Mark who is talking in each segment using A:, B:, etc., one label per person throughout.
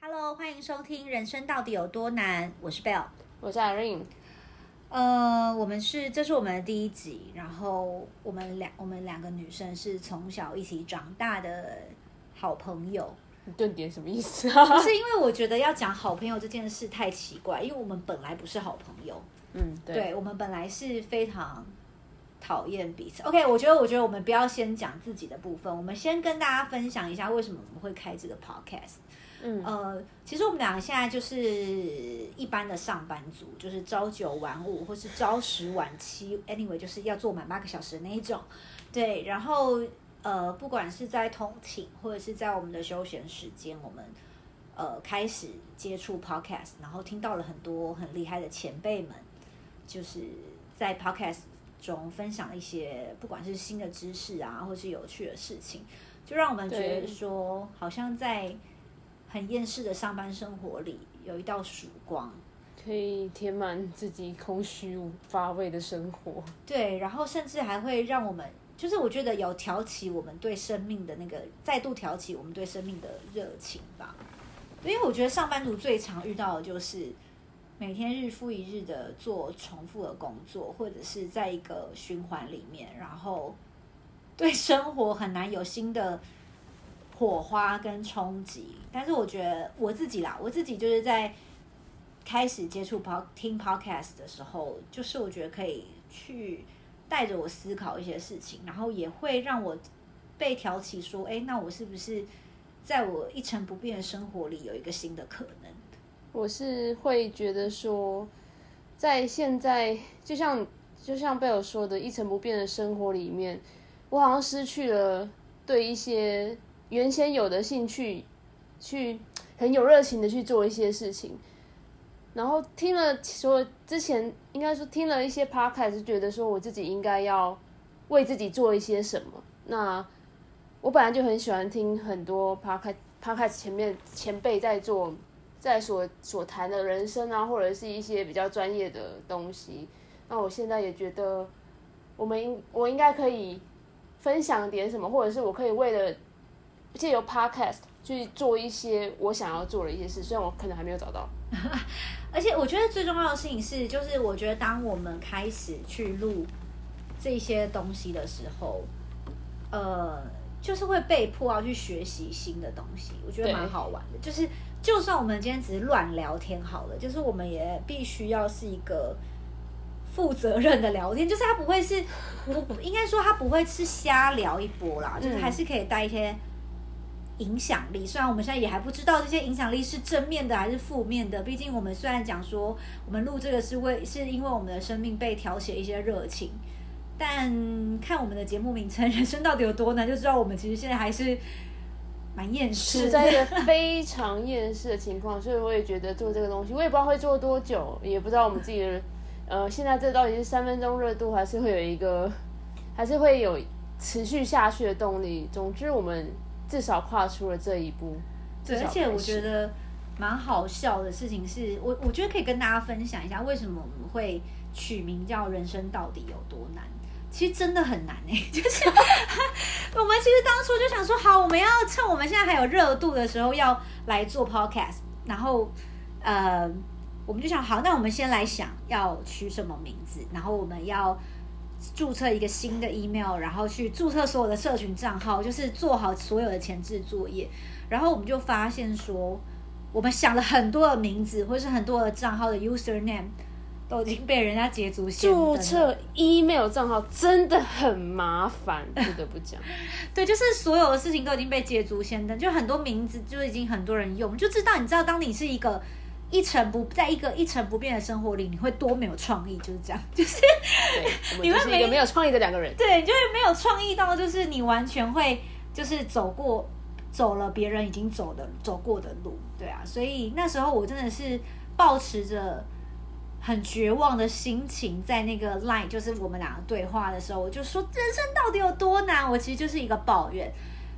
A: Hello，欢迎收听《人生到底有多难》，我是 Bell。
B: 我是 Irene，
A: 呃，我们是这是我们的第一集，然后我们两我们两个女生是从小一起长大的好朋友。
B: 你顿点什么意思啊？
A: 不是因为我觉得要讲好朋友这件事太奇怪，因为我们本来不是好朋友，
B: 嗯，对，
A: 对我们本来是非常讨厌彼此。OK，我觉得我觉得我们不要先讲自己的部分，我们先跟大家分享一下为什么我们会开这个 podcast。
B: 嗯
A: 呃，其实我们两个现在就是一般的上班族，就是朝九晚五，或是朝十晚七，anyway，就是要做满八个小时的那一种。对，然后呃，不管是在通勤或者是在我们的休闲时间，我们呃开始接触 podcast，然后听到了很多很厉害的前辈们，就是在 podcast 中分享一些不管是新的知识啊，或是有趣的事情，就让我们觉得
B: 对
A: 说，好像在很厌世的上班生活里有一道曙光。
B: 可以填满自己空虚乏味的生活。
A: 对，然后甚至还会让我们，就是我觉得有挑起我们对生命的那个，再度挑起我们对生命的热情吧。因为我觉得上班族最常遇到的就是每天日复一日的做重复的工作，或者是在一个循环里面，然后 对生活很难有新的火花跟冲击。但是我觉得我自己啦，我自己就是在开始接触 pod 听 podcast 的时候，就是我觉得可以去带着我思考一些事情，然后也会让我被挑起说，哎，那我是不是在我一成不变的生活里有一个新的可能？
B: 我是会觉得说，在现在就像就像贝尔说的，一成不变的生活里面，我好像失去了对一些原先有的兴趣，去很有热情的去做一些事情。然后听了说之前应该说听了一些 podcast，就觉得说我自己应该要为自己做一些什么。那我本来就很喜欢听很多 podcast podcast 前面前辈在做在所所谈的人生啊，或者是一些比较专业的东西。那我现在也觉得，我们应我应该可以分享点什么，或者是我可以为了借由 podcast 去做一些我想要做的一些事，虽然我可能还没有找到。
A: 而且我觉得最重要的事情是，就是我觉得当我们开始去录这些东西的时候，呃，就是会被迫要去学习新的东西，我觉得
B: 对
A: 蛮好玩的。就是就算我们今天只是乱聊天好了，就是我们也必须要是一个。负责任的聊天，就是他不会是，不不应该说他不会是瞎聊一波啦，就是
B: 嗯
A: 还是可以带一些影响力。虽然我们现在也还不知道这些影响力是正面的还是负面的，毕竟我们虽然讲说我们录这个是为是因为我们的生命被挑起一些热情，但看我们的节目名称《人生到底有多难》，就知道我们其实现在还是蛮厌世
B: 是
A: 的。
B: 在一个非常厌世的情况， 所以我也觉得做这个东西，我也不知道会做多久，也不知道我们自己的，呃，现在这到底是三分钟热度，还是会有一个，还是会有持续下去的动力。总之，我们至少跨出了这一步。
A: 对，
B: 至
A: 而
B: 少
A: 且我
B: 开始
A: 觉得蛮好笑的事情是，我我觉得可以跟大家分享一下，为什么我们会取名叫《人生到底有多难》。其实真的很难哎、 就是我们其实当初就想说，好，我们要趁我们现在还有热度的时候，要来做 podcast，然后呃，我们就想，好，那我们先来想要取什么名字，然后我们要注册一个新的 email，然后去注册所有的社群账号，就是做好所有的前置作业。然后我们就发现说，我们想了很多的名字或是很多的账号的 username 都已经被人家捷足先登
B: 注
A: 了
B: 册 email 账号真的很麻烦，不得不 讲。
A: 对，就是所有的事情都已经被捷足先登，就很多名字就已经很多人用，就知道你知道，当你是一个一成不在一个一成不变的生活里，你会多没有创意，就是这样，就是
B: 对，我
A: 你
B: 们
A: 会
B: 就是一个
A: 没
B: 没有创意的两个人。
A: 对，就是没有创意到，就是你完全会就是走过走了别人已经走的走过的路，对啊，所以那时候我真的是保持着很绝望的心情，在那个 line 就是我们两个对话的时候，我就说人生到底有多难？我其实就是一个抱怨。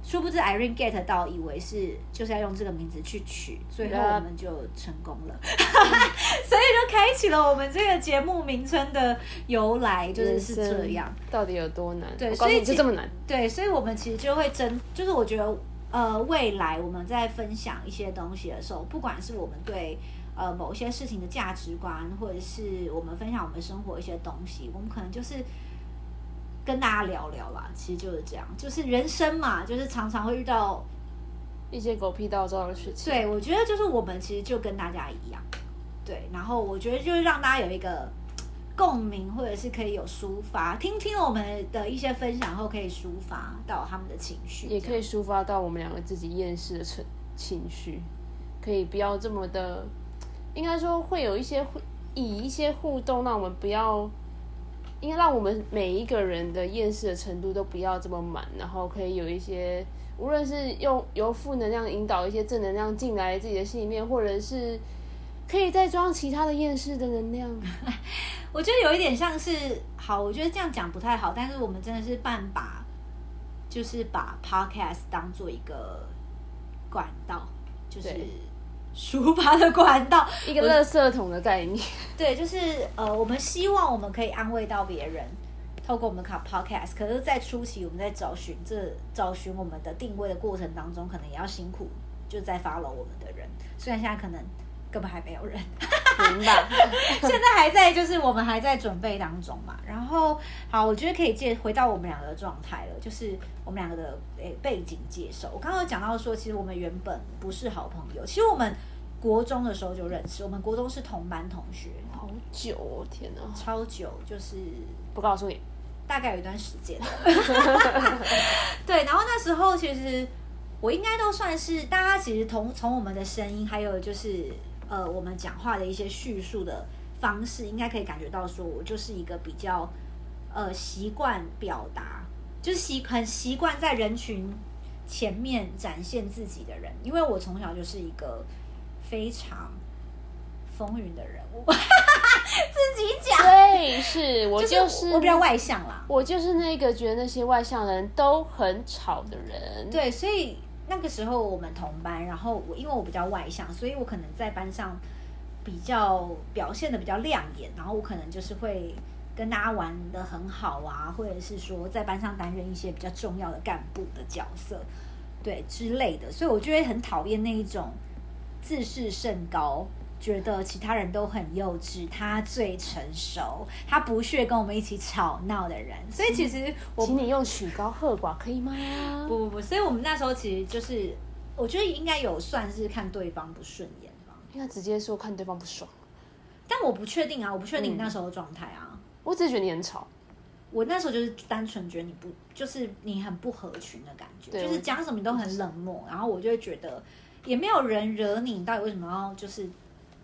A: 殊不知 Irene get 到，以为是就是要用这个名字去取，最后我们就成功了， 所以就开启了我们这个节目名称的由来，就是是这样。，
B: 到底有多难？
A: 对
B: 我告诉
A: 所以
B: 你就
A: 其
B: 这么难。
A: 对，所以我们其实就会争，就是我觉得呃未来我们在分享一些东西的时候，不管是我们对呃某一些事情的价值观，或者是我们分享我们生活一些东西，我们可能就是跟大家聊聊啦。其实就是这样，就是人生嘛，就是常常会遇到。
B: 一些狗屁倒灶的事情。
A: 对，我觉得就是我们其实就跟大家一样，对。然后我觉得就是让大家有一个共鸣，或者是可以有抒发，听听我们的一些分享后，可以抒发到他们的情绪，
B: 也可以抒发到我们两个自己厌世的情情绪，可以不要这么的，应该说会有一些互以一些互动，让我们不要，应该让我们每一个人的厌世的程度都不要这么满，然后可以有一些，无论是用由负能量引导一些正能量进来自己的心里面，或者是可以再装其他的厌世的能量，
A: 我觉得有一点像是，好，我觉得这样讲不太好，但是我们真的是半把，就是把 podcast 当做一个管道，就是
B: 对
A: 抒发的管道。
B: 一个垃圾桶的概念。
A: 对，就是呃，我们希望我们可以安慰到别人，透过我们卡 podcast。可是，在初期我们在找寻这找寻我们的定位的过程当中，可能也要辛苦，就在 follow 我们的人。虽然现在可能根本还没有人，
B: 明白？ 哦
A: 现在还在，就是我们还在准备当中嘛。然后，好，我觉得可以介回到我们两个的状态了，就是我们两个的诶、背景介绍。我刚刚有讲到说，其实我们原本不是好朋友，其实我们国中的时候就认识，我们国中是同班同学，
B: 好久、哦，天哪！
A: 超久，就是
B: 不告诉你，
A: 大概有一段时间。 对，然后那时候其实我应该都算是大家其实从从我们的声音，还有就是呃我们讲话的一些叙述的方式，应该可以感觉到说我就是一个比较呃习惯表达，就是习很习惯在人群前面展现自己的人，因为我从小就是一个非常风云的人 物，自己讲。
B: 对，是我
A: 就是
B: 就是
A: 我比较外向啦，
B: 我就是那个觉得那些外向人都很吵的人。，
A: 对，所以那个时候我们同班，然后我因为我比较外向，所以我可能在班上比较表现的比较亮眼，然后我可能就是会跟大家玩的很好啊，或者是说在班上担任一些比较重要的干部的角色，对之类的，所以我就会很讨厌那一种自视甚高。觉得其他人都很幼稚，他最成熟，他不屑跟我们一起吵闹的人，所以其实我
B: 请你用曲高和寡可以吗？
A: 不不不，所以我们那时候其实就是，我觉得应该有算是看对方不顺眼吧，
B: 应该直接说看对方不爽。
A: 但我不确定啊，我不确定你
B: 嗯
A: 那时候的状态啊。
B: 我只是觉得你很吵，
A: 我那时候就是单纯觉得你不，就是你很不合群的感觉，
B: 对
A: 就是讲什么你都很冷漠，然后我就会觉得也没有人惹你，你到底为什么要就是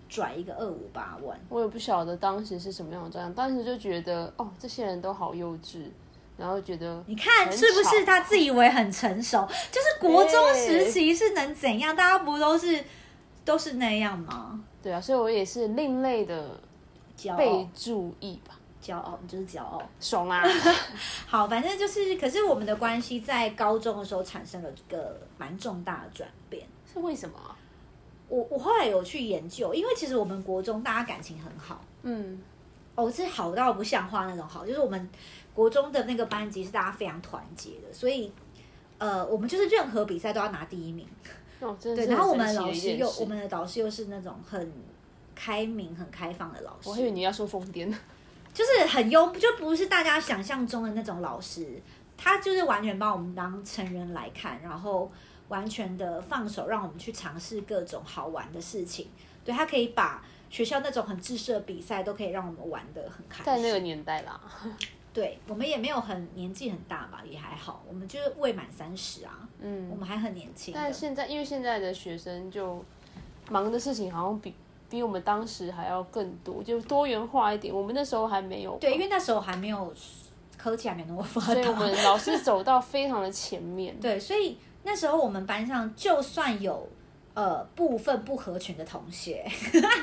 A: 拽一个二五八弯？
B: 我也不晓得当时是什么样的状态，当时就觉得哦，这些人都好幼稚，然后觉得
A: 你看
B: 很
A: 是不是
B: 吵
A: 他自以为很成熟？就是国中时期是能怎样？大家不都是都是那样吗？
B: 对啊，所以我也是另类的
A: 骄傲
B: 被，注意吧，
A: 骄傲，你就是骄傲。
B: 爽啊！
A: 好，反正就是，可是我们的关系在高中的时候产生了一个蛮重大的转变。
B: 是为什么啊？
A: 我我后来有去研究，因为其实我们国中大家感情很好，
B: 嗯，
A: 哦，是好到不像话那种好，就是我们国中的那个班级是大家非常团结的，所以呃，我们就是任何比赛都要拿第一名。
B: 哦，真的
A: 对，
B: 是
A: 然后我们
B: 很神奇
A: 老
B: 的一
A: 师
B: 件
A: 又
B: 事
A: 我们的导师又是那种很开明、很开放的老师。
B: 我还以为你要说疯癫，
A: 就是很幽，就不是大家想象中的那种老师，他就是完全把我们当成人来看，然后完全的放手让我们去尝试各种好玩的事情。对他可以把学校那种很制式的比赛都可以让我们玩的很开心。
B: 在那个年代啦，
A: 对我们也没有很年纪很大吧，也还好，我们就是未满三十啊，
B: 嗯
A: 我，们还很年轻的。
B: 但现在，因为现在的学生就忙的事情好像比比我们当时还要更多，就多元化一点。我们那时候还没有，
A: 对，因为那时候还没有科技还没那么发达，
B: 所以我们老师走到非常的前面。
A: 对，所以那时候我们班上就算有呃部分不合群的同学，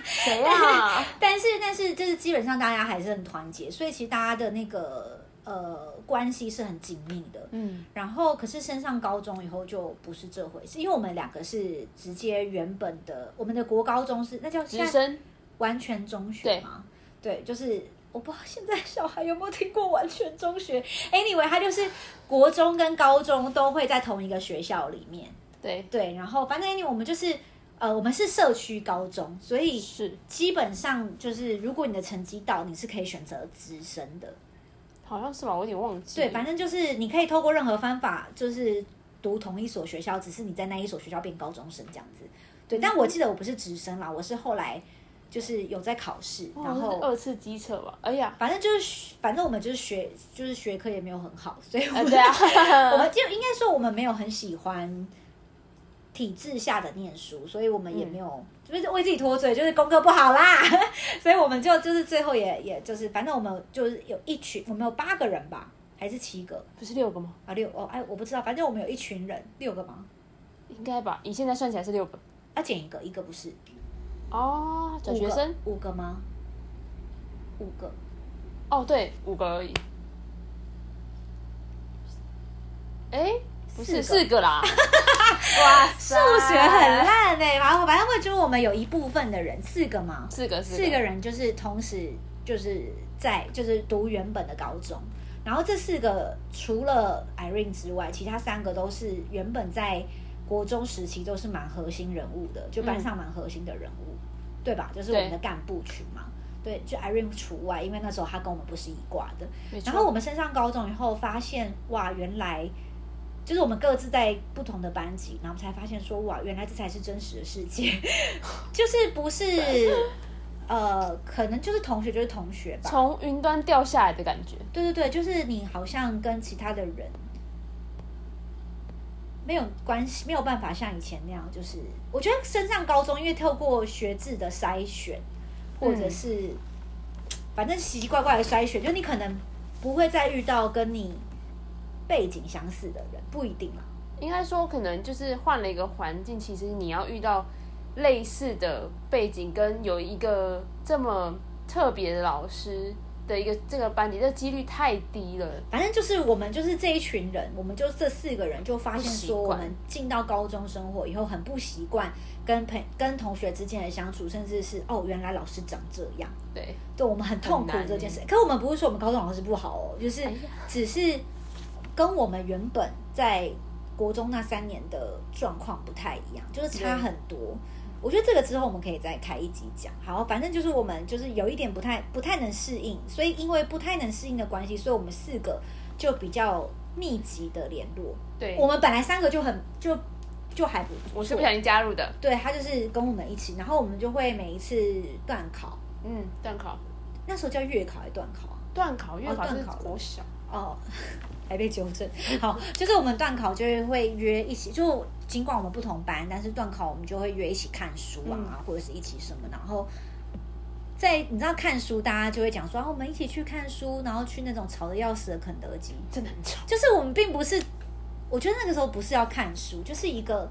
B: 谁呀？
A: 但是但是就是基本上大家还是很团结，所以其实大家的那个呃关系是很紧密的。
B: 嗯，
A: 然后可是升上高中以后就不是这回事，因为我们两个是直接原本的，我们的国高中是那叫
B: 直
A: 现在
B: 升
A: 完全中学
B: 对
A: 吗？对，就是我不知道现在小孩有没有听过完全中学。Anyway，它就是国中跟高中都会在同一个学校里面。
B: 对，
A: 对，然后反正 anyway 我们就是呃，我们是社区高中，所以
B: 是，
A: 基本上就是如果你的成绩到，你是可以选择直升的。
B: 好像是吧，我有点忘记。
A: 对，反正就是你可以透过任何方法，就是读同一所学校，只是你在那一所学校变高中生这样子。对，但我记得我不是直升啦，我是后来就是有在考试，
B: 哦
A: 然
B: 是
A: 后
B: 二次机测吧。哎呀，
A: 反正就是学反正我们就是学就是学科也没有很好，所以我
B: 啊
A: 们、
B: 对
A: 我
B: 啊，
A: 们就应该说我们没有很喜欢体制下的念书，所以我们也没有、
B: 嗯
A: 就是为自己脱罪，就是功课不好啦， 所以我们就就是最后也也就是反正我们就是有一群我们有八个人吧，还是七个。
B: 不是六个吗？
A: 啊，六哦，哎，我不知道，反正我们有一群人，六个嘛，
B: 应该吧，以现在算起来是六个。
A: 要减一个，一个不是
B: 哦，转
A: 五
B: 学
A: 个
B: 生
A: 五个吗？五个，
B: 哦，对，五个而已。哎，不是
A: 四个
B: 四个啦！哇
A: 数
B: 塞，
A: 学很烂哎、然后反正我觉得我们有一部分的人，四个嘛，
B: 四个
A: 四个人就是同时就是在就是读原本的高中，然后这四个除了 Irene 之外，其他三个都是原本在国中时期都是蛮核心人物的，就班上蛮核心的人物，对吧？就是我们的干部群嘛。对，就 Irene 除外，因为那时候她跟我们不是一挂的。
B: 没错
A: 然后我们升上高中以后，发现哇，原来就是我们各自在不同的班级，然后才发现说哇，原来这才是真实的世界， 就是不是呃，可能就是同学就是同学吧。
B: 从云端掉下来的感觉。
A: 对对对，就是你好像跟其他的人没有关系，没有办法像以前那样。就是我觉得升上高中，因为透过学制的筛选，或者是、反正奇奇怪怪的筛选，就你可能不会再遇到跟你背景相似的人，不一定啦。
B: 应该说，可能就是换了一个环境，其实你要遇到类似的背景，跟有一个这么特别的老师的一个这个班级，这几率太低了。
A: 反正就是我们就是这一群人，我们就这四个人就发现说，
B: 不习
A: 我
B: 惯
A: 们进到高中生活以后很不习惯跟朋跟同学之间的相处，甚至是哦，原来老师长这样。
B: 对，
A: 对我们很痛苦
B: 很难
A: 这件事。可我们不是说我们高中老师不好哦，就是
B: 哎呀
A: 只是跟我们原本在国中那三年的状况不太一样，就是差很多。我觉得这个之后我们可以再开一集讲。好，反正就是我们就是有一点不太不太能适应，所以因为不太能适应的关系，所以我们四个就比较密集的联络。
B: 对，
A: 我们本来三个就很就就还不
B: 我是不小心加入的。
A: 对他就是跟我们一起，然后我们就会每一次段考，
B: 嗯，段考，
A: 那时候叫月考还是段考啊？
B: 段考，月考
A: 段
B: 是
A: 考
B: 国小。
A: 哦， 还被纠正。好，就是我们段考就会约一起，就尽管我们不同班，但是段考我们就会约一起看书啊，
B: 嗯
A: 或者是一起什么，然后。在你知道看书，大家就会讲说、啊，我们一起去看书，然后去那种吵得要死的肯德基。
B: 真的很吵，
A: 就是我们并不是，我觉得那个时候不是要看书，就是一个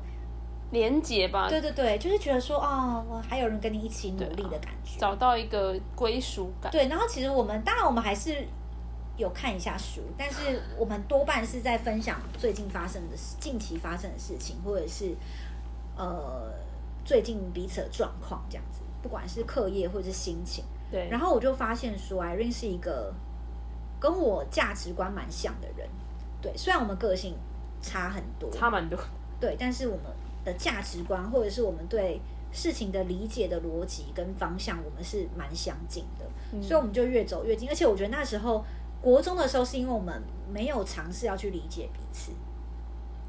B: 连结吧，
A: 对对对，就是觉得说啊、我还有人跟你一起努力
B: 对
A: 的
B: 啊
A: 感觉。
B: 找到一个归属感。
A: 对，然后其实我们当然我们还是有看一下书，但是我们多半是在分享最近发生的事、近期发生的事情，或者是呃最近彼此的状况这样子，不管是课业或者是心情。
B: 对，
A: 然后我就发现说，Irene 是一个跟我价值观蛮像的人，对，虽然我们个性差很多，
B: 差蛮多。
A: 对，但是我们的价值观或者是我们对事情的理解的逻辑跟方向，我们是蛮相近的，
B: 嗯
A: 所以我们就越走越近。而且我觉得那时候国中的时候，是因为我们没有尝试要去理解彼此，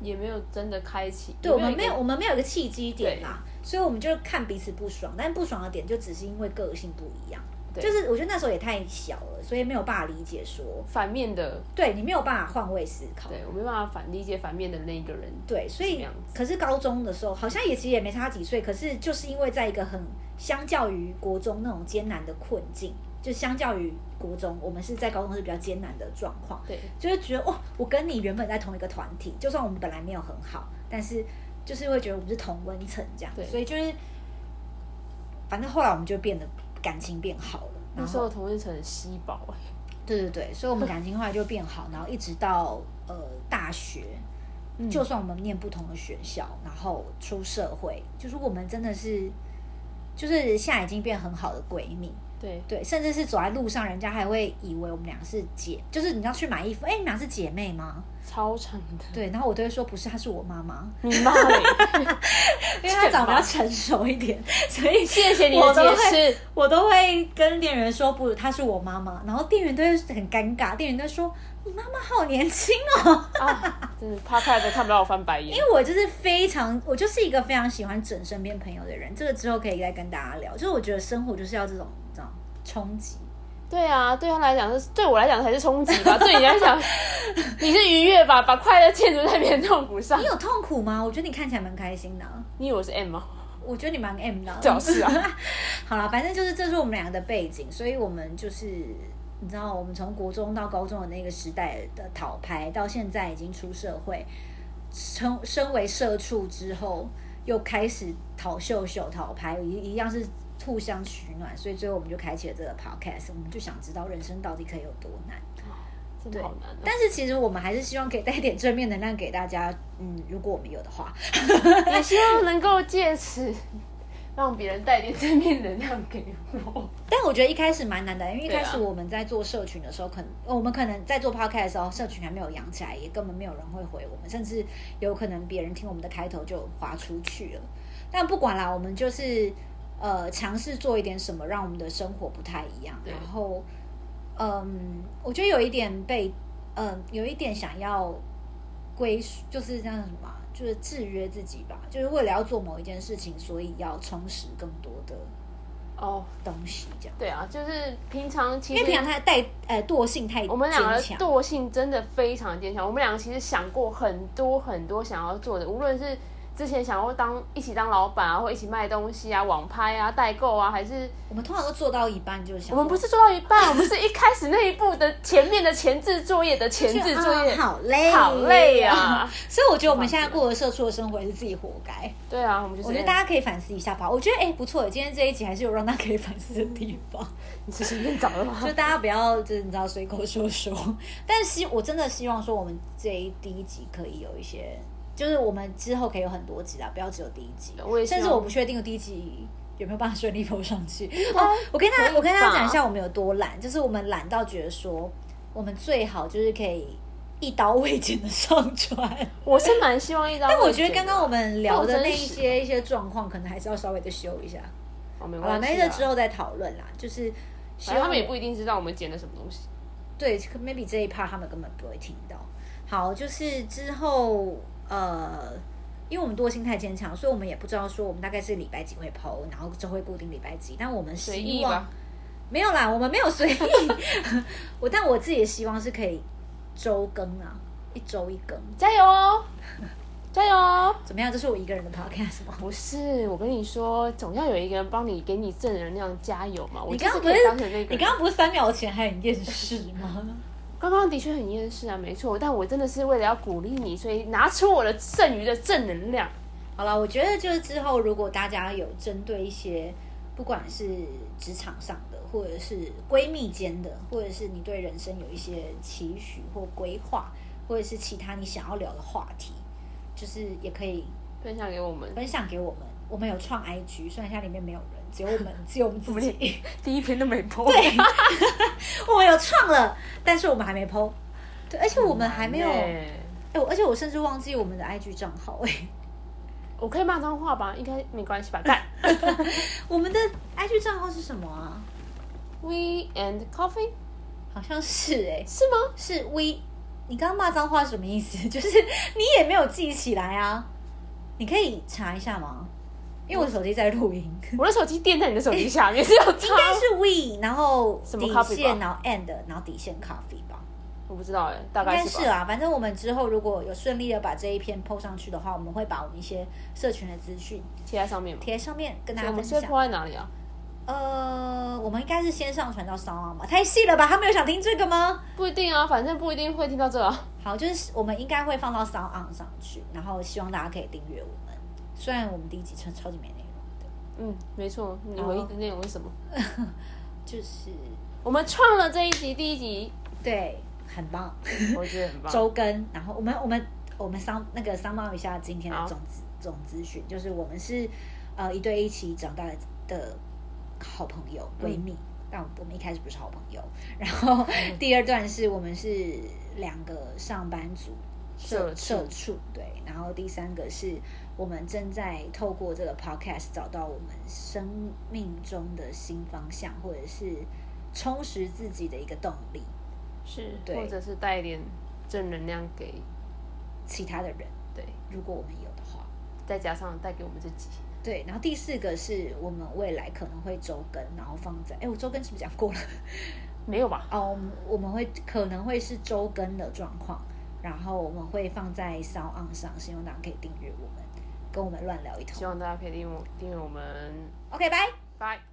B: 也没有真的开启，
A: 对我们
B: 一个
A: 没有，我们没有一个契机点啦，所以我们就看彼此不爽，但不爽的点就只是因为个性不一样。
B: 对
A: 就是我觉得那时候也太小了，所以没有办法理解说，
B: 反面的，
A: 对你没有办法换位思考。
B: 对我没办法反理解反面的那一个人。
A: 对，所
B: 什
A: 以
B: 么样子
A: 可是高中的时候，好像也其实也没差几岁，可是就是因为在一个很相较于国中那种艰难的困境，就相较于国中，我们是在高中是比较艰难的状况，
B: 对，
A: 就会觉得哦，我跟你原本在同一个团体，就算我们本来没有很好，但是就是会觉得我们是同温层这样
B: 对，
A: 所以就是反正后来我们就变得感情变好了，然
B: 那时
A: 后
B: 候同温层很稀薄、哎
A: 对对对，所以我们感情后来就变好，然后一直到呃大学，就算我们念不同的学校，然后出社会，就是我们真的是，就是现在已经变很好的闺蜜。
B: 对
A: 对，甚至是走在路上，人家还会以为我们俩是姐，就是你要去买衣服，哎、你们俩是姐妹吗？
B: 超长的。
A: 对，然后我都会说不是，她是我妈妈，
B: 你妈嘞！
A: 因为她长得比较成熟一点， 所以
B: 谢谢你
A: 我
B: 的
A: 都
B: 解
A: 会
B: 释。
A: 我都会跟店员说不，她是我妈妈，然后店员都会很尴尬，店员都会说你妈妈好年轻哦，
B: 啊，真的啪啪的看不到我翻白眼
A: 因。为我就是非常，我就是一个非常喜欢整身边朋友的人，这个之后可以再跟大家聊，就是我觉得生活就是要这种这样冲击，
B: 对啊，对他来讲是，对我来讲才是冲击 吧，对你来讲，你是愉悦吧，把快乐建筑在别人痛苦上
A: 你。有痛苦吗？我觉得你看起来蛮开心的啊、
B: 你以为我是 M 吗？
A: 我觉得你蛮 M 的啊、
B: 最好是啊
A: 好了，反正就是这是我们两个的背景，所以我们就是你知道，我们从国中到高中的那个时代的讨拍，到现在已经出社会，成身为社畜之后，又开始讨秀秀讨拍，一一样是互相取暖，所以最后我们就开启了这个 podcast，我们就想知道人生到底可以有多难。
B: 真的好难啊、
A: 但是其实我们还是希望可以带一点正面能量给大家，嗯，如果我们有的话。
B: 也希望能够借此让别人带点正面能量给我。
A: 但我觉得一开始蛮难的，因为一
B: 对啊
A: 开始我们在做社群的时候，可能呃我们可能在做 podcast 的时候，社群还没有养起来，也根本没有人会回我们，甚至有可能别人听我们的开头就划出去了。但不管啦，我们就是呃尝试做一点什么，让我们的生活不太一样。
B: 对
A: 然后，嗯，我觉得有一点被，嗯，有一点想要归属，就是这样什么啊，就是制约自己吧，就是为了要做某一件事情，所以要充实更多的
B: 哦，
A: 东西，这样。
B: 对啊，就是平常其
A: 因为平常
B: 实
A: 他带呃惰性太
B: 我们两个
A: 坚强
B: 惰性真的非常坚强。我们两个其实想过很多很多想要做的，无论是之前想要当一起当老板啊，或一起卖东西啊、网拍啊、代购啊，还是
A: 我们通常都做到一半就想说，
B: 我们不是做到一半，我们是一开始那一步的前面的前置作业的前
A: 就
B: 置作业
A: 啊，好累，
B: 好累啊！
A: 所以我觉得我们现在过的社畜的生活也是自己活该。
B: 对啊，我们就是
A: 我觉得大家可以反思一下吧。我觉得哎、不错，今天这一集还是有让大家可以反思的地方，
B: 你是随便找的吗？
A: 就大家不要就是你知道随口说说。但希我真的希望说我们这一第一集可以有一些，就是我们之后可以有很多集啦，不要只有第一集。
B: 我也希
A: 甚
B: 望
A: 至我不确定第一集有没有办法顺利播上去。
B: 该
A: 哦，我跟大
B: 可以
A: 家我跟大家
B: 吧
A: 讲一下我们有多懒，就是我们懒到觉得说，我们最好就是可以一刀未剪的上传。
B: 我是蛮希望一张。
A: 但我觉得刚刚我们聊的那一
B: 够真
A: 些一些状况，可能还是要稍微的修一下。
B: 哦，没
A: 好了，
B: 关系
A: 那
B: 啊。
A: 这之后再讨论啦。就是希
B: 反正
A: 望
B: 他们也不一定知道我们剪了什么东西。
A: 对可，maybe 这一 part 他们根本不会听到。好，就是之后呃，因为我们多心太坚强，所以我们也不知道说我们大概是礼拜几会抛，然后就会固定礼拜几。但我们
B: 随
A: 希
B: 意
A: 望
B: 吧，
A: 没有啦，我们没有随意。 我但我自己的希望是可以周更啊，一周一更。
B: 加油 哦，加油哦！
A: 怎么样？这是我一个人的 podcast 吗？
B: 不是，我跟你说，总要有一个人帮你给你正能量加油嘛。我
A: 你
B: 就
A: 刚
B: 是
A: 刚不
B: 可以
A: 是
B: 当成那个
A: 你
B: 人。
A: 刚刚不是三秒前还很厌世吗？
B: 刚刚的确很厌世啊，没错，但我真的是为了要鼓励你，所以拿出我的剩余的正能量。
A: 好了，我觉得就是之后如果大家有针对一些，不管是职场上的，或者是闺蜜间的，或者是你对人生有一些期许或规划，或者是其他你想要聊的话题，就是也可以
B: 分享给我们。
A: 分享给我们。我们有创 IG，虽然现在里面没有人，只有我们， 只有我们自己。
B: 第一篇都没播，
A: 我们有创了，但是我们还没 PO。对，而且我
B: 我
A: 们还没有，哎、
B: 欸
A: 我而且我甚至忘记我们的 IG 账号、哎，
B: 我可以骂脏话吧？应该没关系 吧？干
A: 我们的 IG 账号是什么啊？
B: ，We and Coffee
A: 好像是哎、
B: 是吗？
A: 是 we。你刚刚骂脏话是什么意思？ 就是你也没有记起来啊？你可以查一下吗？因为我手机在录 音。
B: 我的手机垫在你的手机下 面是有
A: 应
B: 差，
A: 该是 we，然后
B: 什么
A: 底
B: coffee
A: 线，
B: 吧
A: 然后 and，然后底线 coffee 吧。
B: 我不知道哎、大
A: 应该
B: 概
A: 是
B: 吧。
A: 啦、反正我们之后如果有顺利的把这一篇 PO 上去的话，我们会把我们一些社群的资讯
B: 贴在上面嘛。
A: 贴上面跟大
B: 我
A: 家分
B: 们是会
A: 享。
B: 泼在哪里啊？
A: 呃，我们应该是先上传到骚浪吧？太细了吧？他们有想听这个吗？
B: 不一定啊，反正不一定会听到这啊。
A: 好，就是我们应该会放到 Sound On 上去，然后希望大家可以订阅我们。虽然我们第一集超超级没内容的，
B: 嗯，没错。你回忆的内容是什么？
A: 就是
B: 啊我们创了这一集第一集，
A: 对，很棒，
B: 我觉得很棒。
A: 周更。然后我们我们我们商那个商报一下今天的
B: 好
A: 总资总资讯，就是我们是呃一对一起长大的好朋友
B: 嗯
A: 闺蜜。但我们一开始不是好朋友。然后第二段是我们是两个上班族
B: 社
A: 社
B: 畜
A: 畜，对。然后第三个是我们正在透过这个 podcast 找到我们生命中的新方向，或者是充实自己的一个动力。
B: 是，
A: 对
B: 或者是带一点正能量给，
A: 其他的人，
B: 对，
A: 如果我们有的话，
B: 再加上带给我们自己。
A: 对。然后第四个是我们未来可能会周更，然后放在哎，我周更是不是讲过 了？
B: 没有吧？
A: 哦，我们我们会可能会是周更的状况，然后我们会放在 s o n 上，希望大家可以订阅我们，跟我们乱聊一
B: 希
A: 通。
B: 望大家可以订阅我订阅我们，
A: OK，拜。
B: 拜。